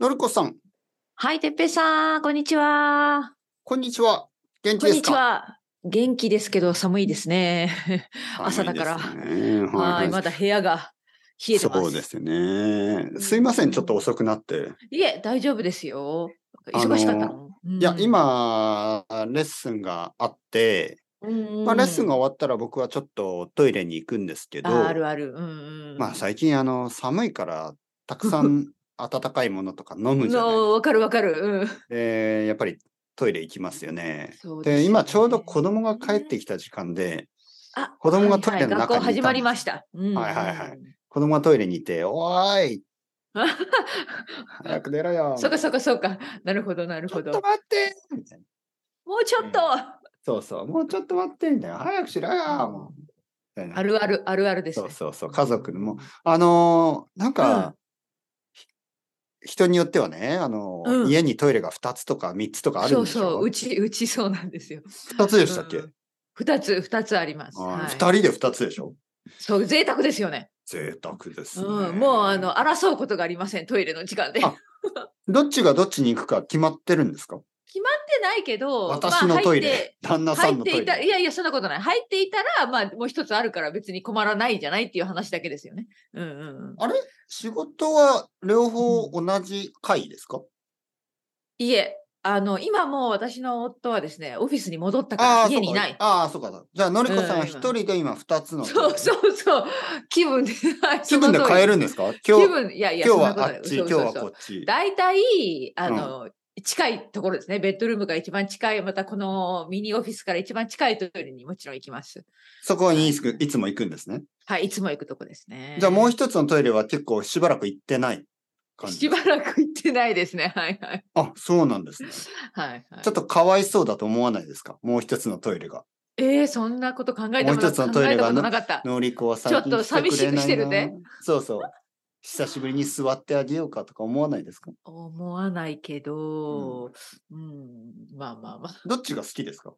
のりこさん、はい、てっぺいさん、こんにちは。こんにちは。元気こでんすにちかは。元気ですけど寒いですね。朝だから寒いですねは、はいい。まだ部屋が冷えてます。そうですね。すいません、ちょっと遅くなって。いえ、大丈夫ですよ。忙しかったの。あうんいや、、今、レッスンがあって、うんまあ、レッスンが終わったら僕はちょっとトイレに行くんですけど、ああるある。うんうん。まあ、最近、あの、寒いから、たくさ ん温かいものとか飲むじゃないのわかるわかる。うん。でやっぱりトイレ行きますよね。そうで、すよ今ねちょうど子供が帰ってきた時間で、あ子供がトイレの中にいたはいはいんです学校始まりました。うんはいはいはい。子供がトイレにいて、おーい、 早く出ろよ。そうかそうかそうか。なるほどなるちょほっど。と待ってみたいなもうちょっと。そうそう、もうちょっと待ってみたいな。早くしろよもうみたいなあるあるあるあるですそねう。そうそう、家族のもう。あのーなんか、ひ人によってはね、あのーうん家にトイレが2つとか3つとかあるそんうでしょそう、うち、うちそうなんですよ。 2つでしたっけ、うん二つ、二つあります。あーは二い人で2つでしょそう、贅沢ですよね。贅沢ですね、うん、もう、あの、争うことがありません、トイレの時間で。あ決まっどっちがどっちに行くか決まってるんですかてないけど、私のトイレ、旦那まあさ入んっのてト入ってイいた、レ。いやいや、そんなことない。入っていたら、まあ、もう一つあるから別に困らないじゃないっていう話だけですよね。うんうんうん。あれ仕事は両方同じ回ですか、いえ、あの、今もう私の夫はですね、オフィスに戻ったあかあら家にない。ああ、そうか。じゃあ、のりこさんうはん一人で今2つの。そうそうそう。気分で、 はい気分で変えるんですか今気日、分、いやいや、今日そんなはことあないっち、そ今う日そうはそうこっち。大体、あの、近いところですね。ベッドルームが一番近い、またこのミニオフィスから一番近いトイレにもちろん行きます。そこにいついつも行くんですね。はい、いつも行くとこですね。じゃあ、もう一つのトイレは結構しばらく行ってない感しじ。ばらく行ってないですね。 はいはい。あ、そうなんですね。はい、はい。ちょっとかわいそうだと思わないですかもう一つのトイレが。えー、そんなこと考えもたう一つのトイレが考えたことなかった。のりこは最近ちょっと寂しくし来ててるねくれないな。そうそう。久しぶりに座ってあげようかとか思わないですか思わないけど、うん、まあまあまあ。どっちが好きですか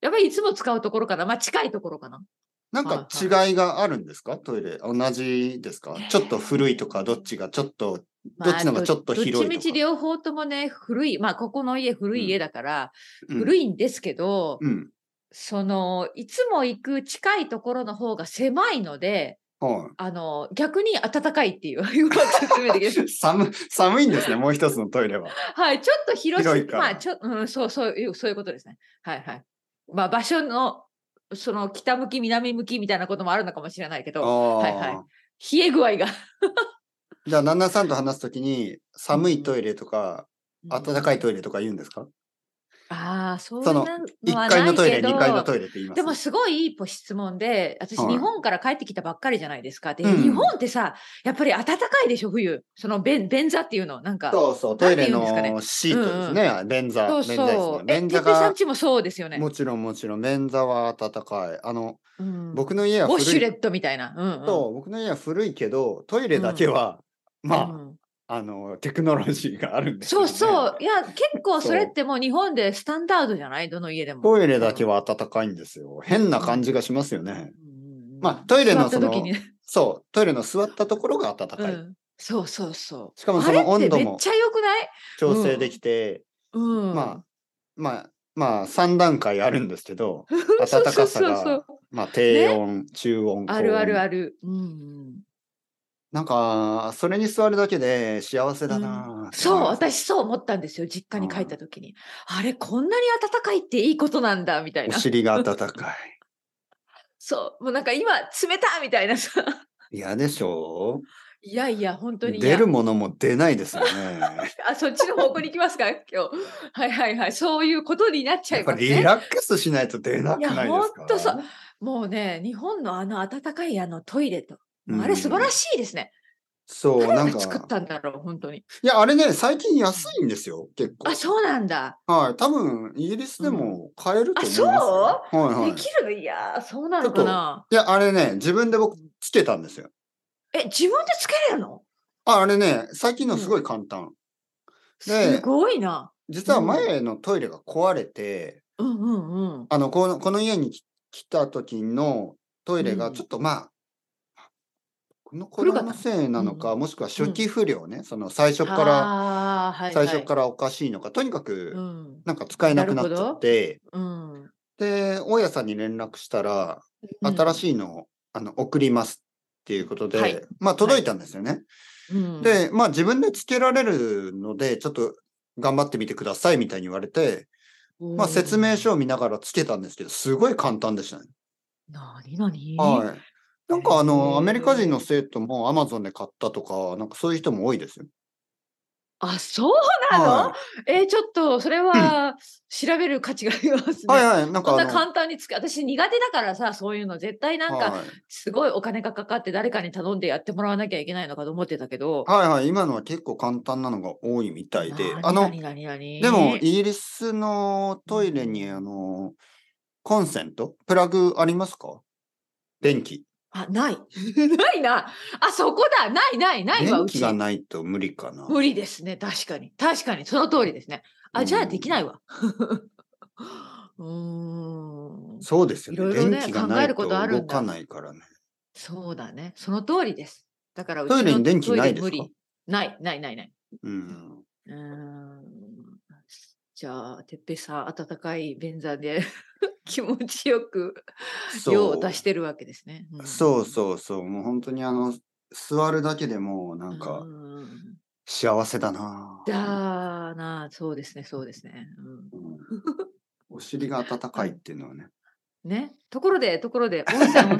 やっぱりいつも使うところかな。まあ近いところかな。なんかはいは違いがあるんですかトイレ。同じですかちょっと古いとか、どっちがちょっと、どっちの方がちょっと広いとかどどっちみち両方ともね、古い、まあここの家古い家だから、うん古いんですけど、うん。そのいつも行く近いところの方が狭いので、はあの逆に暖かいっていう、 うまく説明できるい。。 寒、寒いんですね、もう一つのトイレは。 はい、ちょっと広す広いからまあちょ、うん、そうそういう、そういうことですね。はいはい。まあ場所の、その北向き、南向きみたいなこともあるのかもしれないけあど、あ。 はいは冷え具合が。じゃあ、旦那さんと話すときに、寒いトイレとか、 暖かいトイレとか言うんですかああ、そうそのなの ?1 階のトイレ、二2階のトイレって言います。でもすごいいいポ質問で、私、はい日本から帰ってきたばっかりじゃないですか。で、うん日本ってさ、やっぱり暖かいでしょ、冬。その便便座っていうの、なんか。そうそう、トなんイてレ言うんですかねのシートですね。便座。そう便座ですそうね。。え、便て座っぺいさがん、ちもそうですよね。もちろんもちろん、便座は暖かい。あの、うん僕の家ウはォッ古い。シュレットみたいな。うんうん、そう、僕の家は古いけど、トイレだけは、まあ、うんあの、テクノロジーがあるんですよそうね。そう。いや、結構そうそれってもう日本でスタンダードじゃないどの家でも。トイレだけは暖かいんですよ。変な感じがしますよね。うんうん。まあトイレの座った時にねそう、トイレの座ったところが暖かうい。んそうそうそう。しかもそのあれ温って度めっもちゃ良くない調整できて、うん。まあ、まあ、まあ、3段階あるんですけど、 そう暖かそさうそうそうが、まあ、低温、中温、高温。あるあるある。うんうん。なんか、それに座るだけで幸せだなぁってそう、思います、私そう思ったんですよ。実家に帰った時に。あれ、こんなに暖かいっていいことなんだ、みたいおな。尻が暖かそう、もうなんか今、冷たみたいなさ。い。嫌でしょいやいや、本当に出嫌るものも出ないですよね。あ、そっちの方向に行きますか、 今日。はいはいはい。そういうことになっちゃやっいぱますりリね。ラックスしないと出なくないいやでほすんかとそうもうね、日本のあの暖かいあのトイレと。うんあれ素晴らしいですね。そう、な誰んが作っか、たんだろう、本当に。いや、あれね、最近安いんですよ、結構。あ、そうなんだ。はい、多分、イギリスでも買えると思いますよ。あはいはい。できるのいやー、そうなのかないや、あれね、自分で僕、つけたんですよ。え、自分でつけれるのあ、あれね、最近のすごい簡単。ねえすごいな。実は前のトイレが壊れて、うんうんうん。あの、この、この家にき来た時のトイレが、うんちょっとまあ、このこれのせいなのか、もしくは初期不良ね、その最初から、あーはい、最初かららおかしいのか、とにかうくんなんか使えなくなっちゃって、うん、で、大家さんに連絡したら、新い、しいのを、あの送りますっていうことで、はいまあ届いたんですよね。うん、で、まあ自分でつけられるので、ちょっと頑張ってみてくださいみたいに言われて、まあ説明書を見ながらつけたんですけど、すごい簡単でしたね。なになにはい。なんかあへーの、アメリカ人の生徒も Amazon で買ったとか、なんかそういう人も多いですよ。あ、そうなの、はえーちょっと、それは調べる価値がありますね。い、はいはいなんかこんあなの、簡単につく、私苦手だからさ、そういうの。絶対なんか、はい、すごいお金がかかって誰かに頼んでやってもらわなきゃいけないのかと思ってたけど。はいはい、今のは結構簡単なのが多いみたいで、あの何、何何でも、イギリスのトイレに、あの、コンセントプラグありますか電気。あ、ない。 ないな。あ、そこだ。ないないないわ、電う気ち。がないと無理かな。無理ですね。確かに。確かに。その通りですね。あ、じゃうあんできないわ。 うーん。そうですよね。いろいろね電気がない考えとることある動んだかないからね。そうだね。その通りです。だからうトイレのに電気トイレないですか無理ない、ない、ない、ない。うん。うーん。じゃあ、てっぺいさん、温かい便座で 気持ちよくそう 用を出してるわけですね。そうそうそう。もう本当にあの、座るだけでもうなうんかーん幸せだなぁだーな、そうですね、そうですね。ううんんお尻が温かいっていうのは ね。ね、ところで、ところで、温泉、温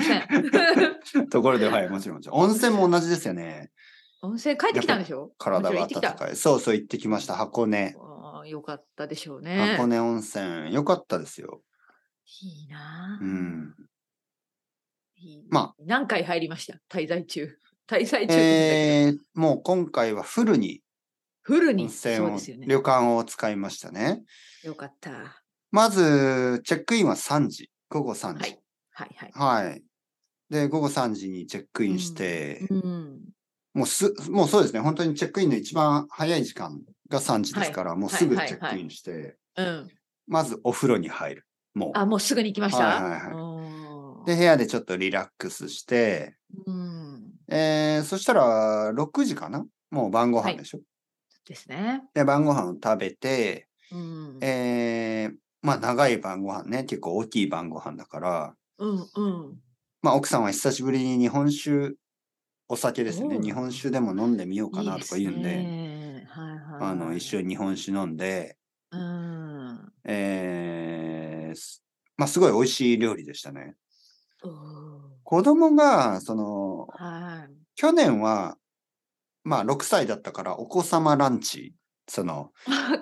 泉。ところで、はい、もちろんもちろん。温泉も同じですよね。温泉帰ってきたんでしょ体がもちろん温行ってきかい。そうそう、行ってきました。箱根。た。あーよかったでしょうね。箱根温泉。よかったですよ。いいなあ。うん。いいま何回入りました滞在中。滞在中って言うんだけどえー、もう今回はフルにフル温に。泉そうを、ですよね。旅館を使いましたね。よかった。はまず、チェックインは3時、午後3時い。。はいはい。はい。で、午後3時にチェックインして、うん。もうす、もうそうですね、本当にチェックインの一番早い時間が3時ですから、もうすぐチはいはいェックインして、うん。まずお風呂に入る。もあ、もうすぐに行きました。はいはいはいおーう。で、部屋でちょっとリラックスして、うん。えー、そしたら6時かなもう晩ご飯でしょ、ですね。で、晩ご飯を食べて、うん。えー、まあ長い晩ご飯ね、結構大きい晩ご飯だから、うんうん。まあ、奥さんは久しぶりに日本酒、お酒ですね。おう日本酒でも飲んでみようかいないとですか言うんで、ねはいはいはい。あの、一緒に日本酒飲んで、うん。えー、すまあ、すごい美味しい料理でしたね。おー子供が、その、はい。去年は、まあ、6歳だったから、お子様ランチ、そ の、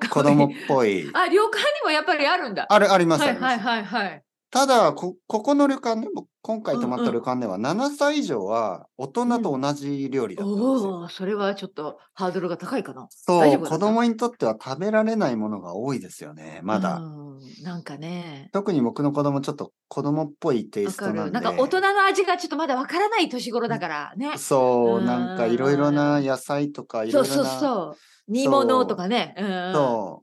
子子供っぽい、 あ、旅館にもやっぱりあるんだ。ある、あります、はあいりまはすいはいはい。ただこ、ここの旅館ね、僕今回泊まっうんたうん旅館では、7歳以上は大人と同じ料理だったんですよ。おお、それはちょっとハードルが高いかな。大そう、丈夫だった子供にとっては食べられないものが多いですよね、まだ。うん。なんかね。特に僕の子供、ちょっと子供っぽいテイわスかトなんる。で。なんか大人の味がちょっとまだわからない年頃だからね。そうう、んなんかいろいろな野菜とかいそろういろな。そうそう。煮物とかね。うん。そう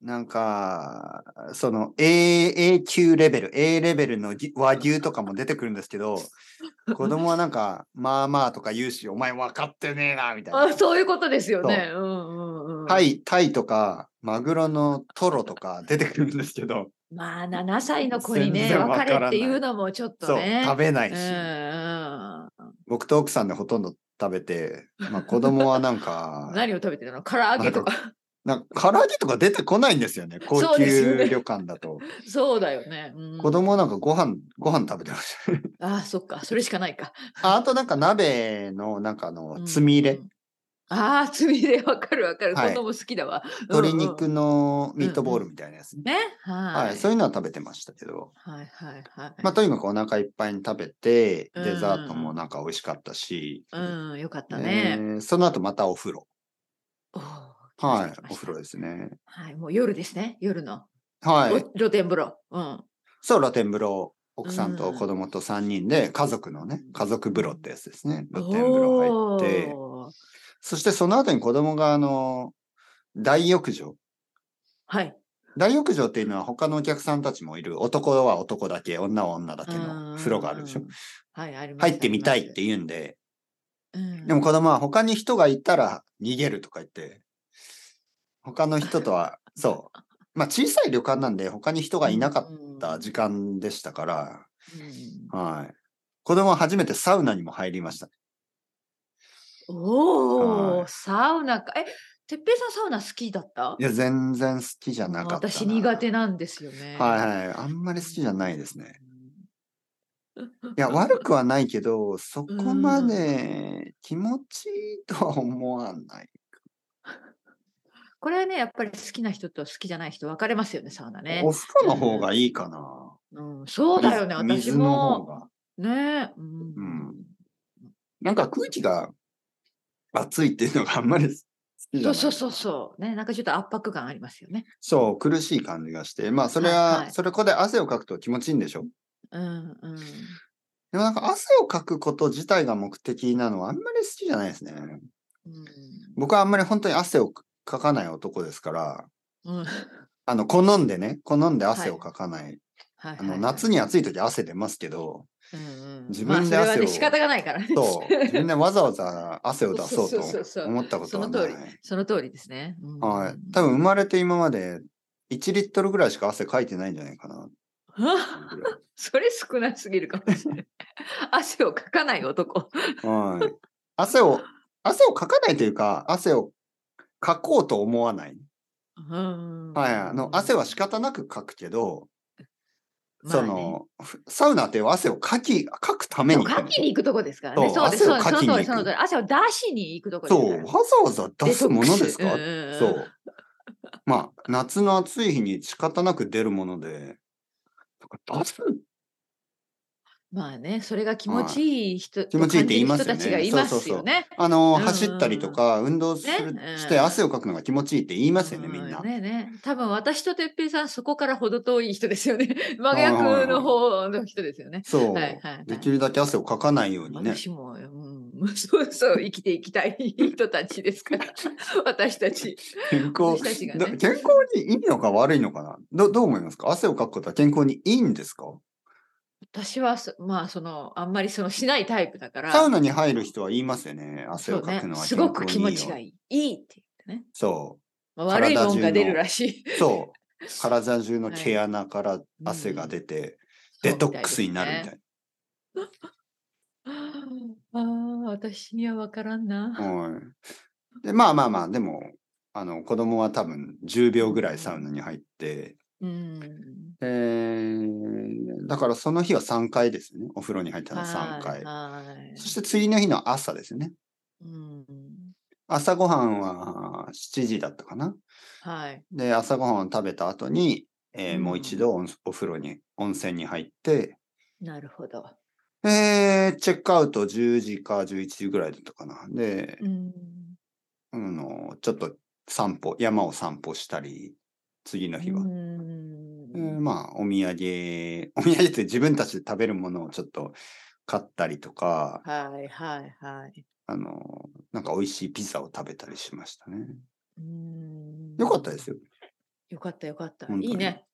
なんか、その A, A 級レベル、A レベルのぎ和牛とかも出てくるんですけ ど、子供はなんか、まあまあとか言うし、お前分かってねえな、みたいな。あそういうことですよね。うんうんうん。タ。イ、タイとか、マグロのトロとか出てくるんですけど、まあ、7歳の子に全ね、然わから別ないれっていうのもちょっとそう、ね。食べなういんし。うん僕と奥さんでほとんど食べて、 まあ、子供はなんうん。か、何を食べてたの唐揚げとか。なんか唐揚げとか出てこないんですよね、高そうですよね級旅館だと。 そうだよね。うん子供はなんかご飯、ご飯食べてました。ああ、そっか。それしかないか。ああとなんか鍋のなんかあの、うんつみ入れ、。ああ、つみれ、わかるわかる。はい子供好きだわ。うんうん鶏肉のミートボールみたいなやつね。ね。はい。はい、そういうのは食べてましたけど、はいはいはい。まあ、とにかくお腹いっぱいに食べて、うんデザートもなんか美味しかったし、うん、よかったえね。ーその後またお風呂。おーはい、お風。来ました来ま呂したですね。はい、もう夜ですね。夜の。はい、お露天風呂。うん。そう、露天風呂。奥さんとうん子供と3人で家族のね、家族風呂ってやつですね。露天風呂入おって、ーそしてその後に子供があの、大浴場。はい。大浴場っていうのは他のお客さんたちもいる、男は男だけ、女は女だけの風呂があるでしょうん。はい、あります入ってみたいっ。て言うんで、うんでも子供は他に人がいたら逃げるとか言って、他の人と は、そう。まあ小さい旅館なんで他に人がいなかっった時間でしたから、うんはい。子供は初めてサウナにも入りました。おはお、サウナか。え、てっぺいさんサウナ好きだったいや、全然好きじゃなかったな。私苦手なんですよね。はいはい。あんまり好きじゃないですね。い。いや、悪くはないけど、そこまで気持ちいいとは思わない。これはね、やっぱり好きな人と好きじゃない人分かれますよね、サウナねお。風呂の方がいいかな。うん、そうだよね、水私水の方も。が。ね、ううんなんか空気が熱いっていうのがあんまり好きじゃそなういそうそうそう。ね、なんかちょっと圧迫感ありますよね。そう、苦しい感じがして。まあ、それはいは、はいそれこで汗をかくと気持ちいいんでしょうんうん。でもなんか汗をかくこと自体が目的なのはあんまり好きじゃないですね。うん僕はあんまり本当に汗をかかない男ですから、うん、はいあの、好んでね、好んで汗をかかない。はいあの、夏に、に暑い時汗出ますけ ど、うんうん自まあ分でそれは汗をね、仕方がないからね。そう、 自分でわざわざ汗を出そうそうそうそうそとう思ったことはそのな通りい。その通りですね。うんはい。多分生まれて今まで1リットルぐらいしか汗かいてないんじゃないかな。ぐらい それ少なすぎるかもしれない。汗をかかない男。 はい。汗を、汗をかかないというか、汗をかこうと思わない。はい。あの、汗は仕方なくかくけど、その、ふサウナって汗をかき、かくために行かくのきに行くとこですからね。そうそうです。そうです汗そをのかきに行通くり、その通り。汗を出しに行くとこでそすかう、ら。わざわざ出すものですかデトックスそうんうんう。まあ、夏の暑い日に仕方なく出るもので、出す まあね、それが気持ちいい人、気持ちいいって言いますよね感じる人たちがいますよね。あの、うんうん走ったりとか、運動する、ねうんして汗をかくのが気持ちいいって言いますよね、うみんな。ねえねえ多分私と哲平さん、そこから程遠い人ですよね。 真逆の方の人ですよね。そう、はいはいはいできるだけ汗をかかないようにね。私も、うん、 そうそう、生きていきたい人たちで すから、私たち。健康、私たちがだね。健康にいいのか悪いのかなどどう思いますか汗をかくことは健康にいいんですか私はそ、まあ、その、あんまりその、しないタイプだから、サウナに入る人は言いますよね。汗そをうかねくの、はす健ごく康気にいいよ。持ちがいい。いいって言ってね。そまあ、悪い体もん中が出のるらしい。う。 そう。体中のはい毛穴から汗が出て、デトックスになるみたいな。な。ああ、私には分からんな。はい。で、まあまあまあ、でも、あの、子供は多分10秒ぐらいサウナに入って、うん。えー、だからその日は3回ですよね。お風呂に入ったのは3回。はいはいそして次の日の朝ですよね。うん朝ごはんは7時だったかな。はい。で、朝ごはんを食べた後に、えーうんもう一度おんお風呂に、温泉に入って、なるほど。えー、チェックアウト10時か11時ぐらいだったかな。でう、ん。あの、ちょっと散歩、山を散歩したり、次の日はう。んえーまあ、お土産、 お土産って自分たちで食べるものをちょっと買ったりとか、はいはいはい。あの、なんか美味しいピザを食べたりしましたね。うんよかったですよ。よかったよかった。本当いにいね。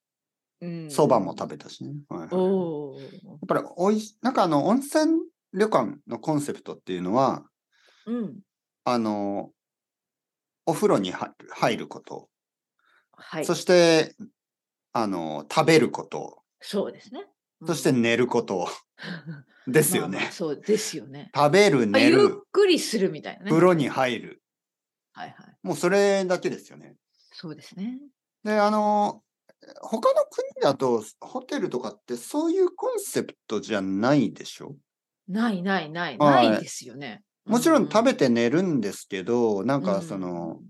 うんそばも食べたしね。はいはいやっおーぱりおいし、なんかあの、温泉旅館のコンセプトっていうのは、うん。あの、お風呂に入る入ること、はい。そして、あの、食べること、そうですね。うんそして 寝ることですよまあまあね。そうですよね。食べる、まあ寝ゆっる、くりするみたいなね。風は呂いに入る。はい。もうそれだけですよね。そうですね。で、あの、他の国だとホテルとかってそういうコンセプトじゃないでしょないないないはないいですよね。もちろん食べてて寝るんですけど、なんかその、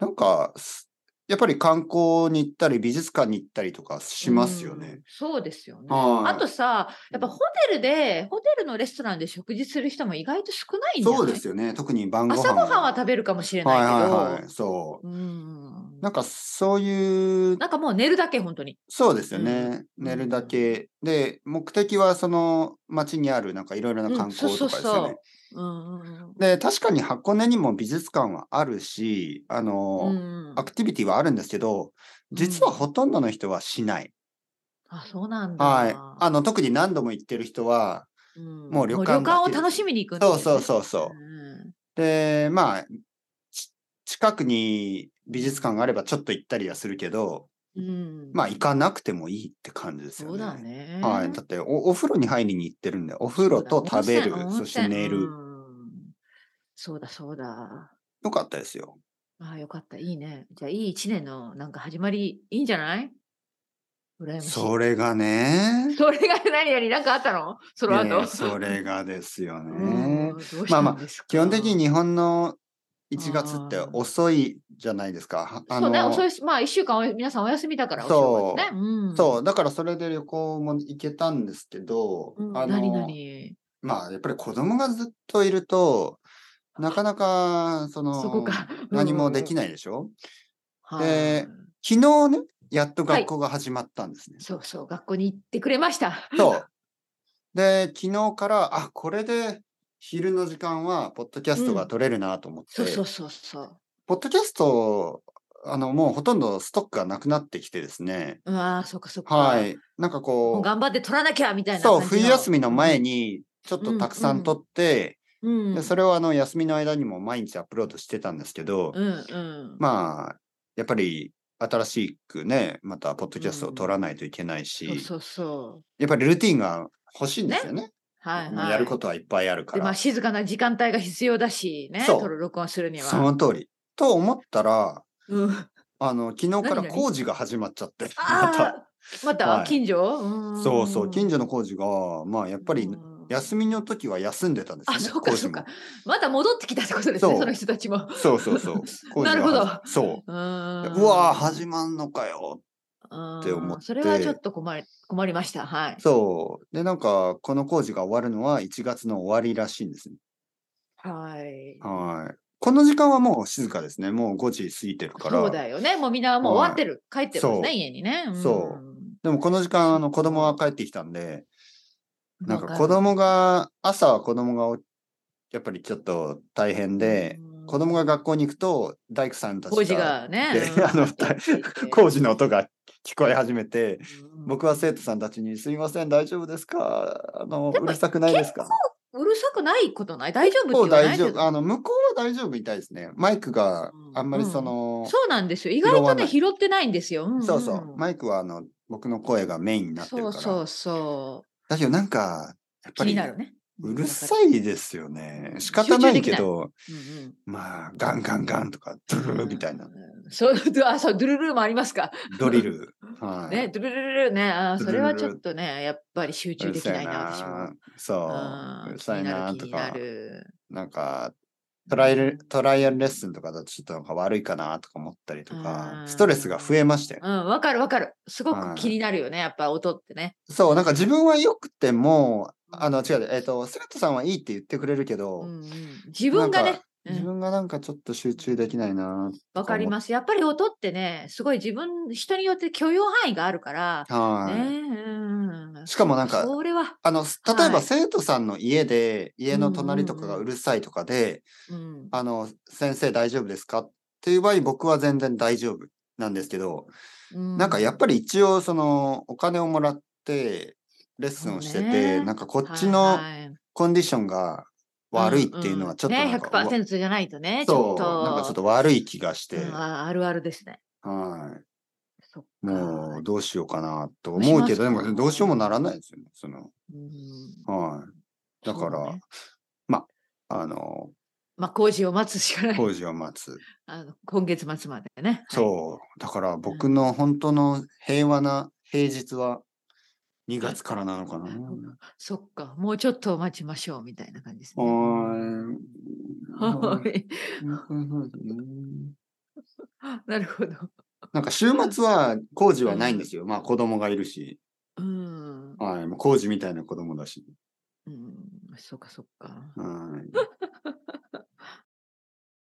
なんかす、やっぱり観光に行ったり美術館に行ったりとかしますようねん。そうですよね。はいあとさ、やっぱホテルで、ホテルのレストランで食事する人も意外と少ないんじゃないそうですよね。特に晩ご飯朝ごはんは食べるかもしれないけど、はいはいはい。そうう。んなんかそういう、なんかもう寝るだけ本当に。そうですようんね。寝るだうんけ。で、目的はその街にあるなんかいろいろな観光とかですよね。うんそうそうで、確かに箱根にも美術館はあるし、あそう。うの、んうんアクティビティはあるんですけど、実はうんほとんどの人はしない。あ、そうなんだ。はい。あの、特に何度も行ってる人は、うんもう旅もう館旅館をだけ楽しみに行くんだよそねうそうそうそう。うんで、まあ、ち近くに美術館があればちょっと行ったりはするけど、うん。まあ行かなくてもいいって感じですよそね。うだね。はい。だってお、お風呂に入りに行ってるんで、お風呂と食べる、そして寝る。そうだ、そうだ。よかったですよ。ああ、よかった。いいね。じゃあ、いい一年のなんか始まり、いいんじゃない羨ましい。それがね。 それが何々なんかあったのそのね後。それがですよ うんね。どうしたんですか。まあまあ基本的に日本の1月ってあー遅いじゃないですか。はそうね、遅いしまあ、一週間お皆さんお休みだから、そうお正月ね。うん、そう、だからそれで旅行も行けたんですけど、うんあの何々まあやっぱり子供がずっといると、なかなか、その、そこか。何もできない。ないでしょはいで昨日ね、やっと学校が始まったんですね。そうそう、学校に行ってくれました。そう。で、昨日から、あ、これで昼の時間は、ポッドキャストが取れるなと思って、そうそうそうそう。ポッドキャスト、あの、もうほとんどストックがなくなってきてですね、うわーそっかそっか。はい。なんかもこうう、頑張って取らなきゃみたいな感じそう、冬休みの前、に、ちょっとたくさうんうんん撮って、うん、でそれをあの、休みの間にも毎日アップロードしてたんですけど、うんうん。まあ、やっぱり、新しくね、また、ポッドキャストを撮らないといけないし、そうそうそやっぱりルーティンが欲しいんですよね。う。はいもはうい。やることはいっぱいあるかで、まらあ、。静かな時間帯が必要だしね、そう撮る録音するには。その通り。と思ったら、うん、あの、昨日から何々工事が始まっちゃって、まあた。ーまた、はい近所そうそう、近所所の工事が、まあ、やっぱり、休みの時は休んでたんですよあ、ね。そう工か事そうもか。。また戻ってきたってことですね、そうその人た ちも。そうそう そう。工事がなるほどそうう。んでうわぁ、始まんのかよ。って思ってそれはちょっと困り困りました。はい。そう。で、なんか、この工事が終わるのは1月の終わりらしいんですね。はい。はい。この時間はもう静かですね。もう5時過ぎてるから。そうだよね。もうみんなもう終わってる。帰ってますそうね、家にね。んそでもこの時間、あの子供は帰ってきたんで、なんか子供が、朝は子供がおやっぱりちょっと大変で、、子供が学校に行くと大工さんたち工事ががねで、うんあの入っていて工事の音が聞こえ始めて、うん僕は生徒さんたちにすいません、大丈夫ですかあの、でうもるさくないですかうるさくないことない大丈夫もっうて言わな大いけ丈ど夫。あの、向こうは大丈夫みたいですね。マイクがあんまりその、そうなんですよ。意外拾わとないね、拾ってないんですよ。んんそうそう、マイクはあの、僕の声がメインになってるかそうら。そうそだけどなんか、やっう。ぱ気り、になるね。うるさい。いですよねう。ん仕方ないけ集ど、うんまあ、ガンガンガンとか、ドゥルうルんみたいな、。そう、あ、そう、ドゥルルもありますか。ドリル。はい。ね、ドゥルルルルね、あードゥルそルれルはちょっとね、やっぱり集う中るできさないいな、私もな。。そうう。うんるさいな気とになか、るなんか、トライル、トライアルレッスンとかだとちょっとなんか悪いかなとか思ったりとかう、んストレスが増えましたよ気にな。るうん、わかるわかる。すごはいく気になるよね、やっぱ音ってね。そう、なんか自分は良くても、うんあの、違う、えっ、と、生徒さんはいいって言ってくれるけど、うんうん自分がなんねか、うん自分がなんかちょっと集中できないなわかります。やっぱり音ってね、すごい自分、人によって許容範囲があるから、はい、ね、うん。しかもなんか、それは、あの、す例えばはい生徒さんの家で、家のうんうんうん隣とかがうるさいとかで、うん、あの、先生大丈夫ですかっていう場合、僕は全然大丈夫なんですけど、ななんかやっぱり一応、その、お金をもらって、レッスンをしてて、そうねなんかこっちのコンディションが悪いっていうのはちょっとなんか、ね、100%じゃないとね、ちそょっう、と。なんかちょっと悪い気がして、うんああるあるですね。はい。そっかもうどうしようかなとどうし思うまけすど、でもかどうしようもならないですよね。その、うんはい。だから、そうねま、あの、 まあ、工事を待つしかない。工事を待つ。あの今月末までね。はいそう。だから僕の本当の平和な平日は2月からなのかな。そっか、もうちょっと待ちましょうみたいな感じですね。 は。はいい なるほど。なんか週末は工事はないんですよ。まあ子供がいるし。うん。はい。もう工事みたいな子供だし。うん、そっかそっか。はい。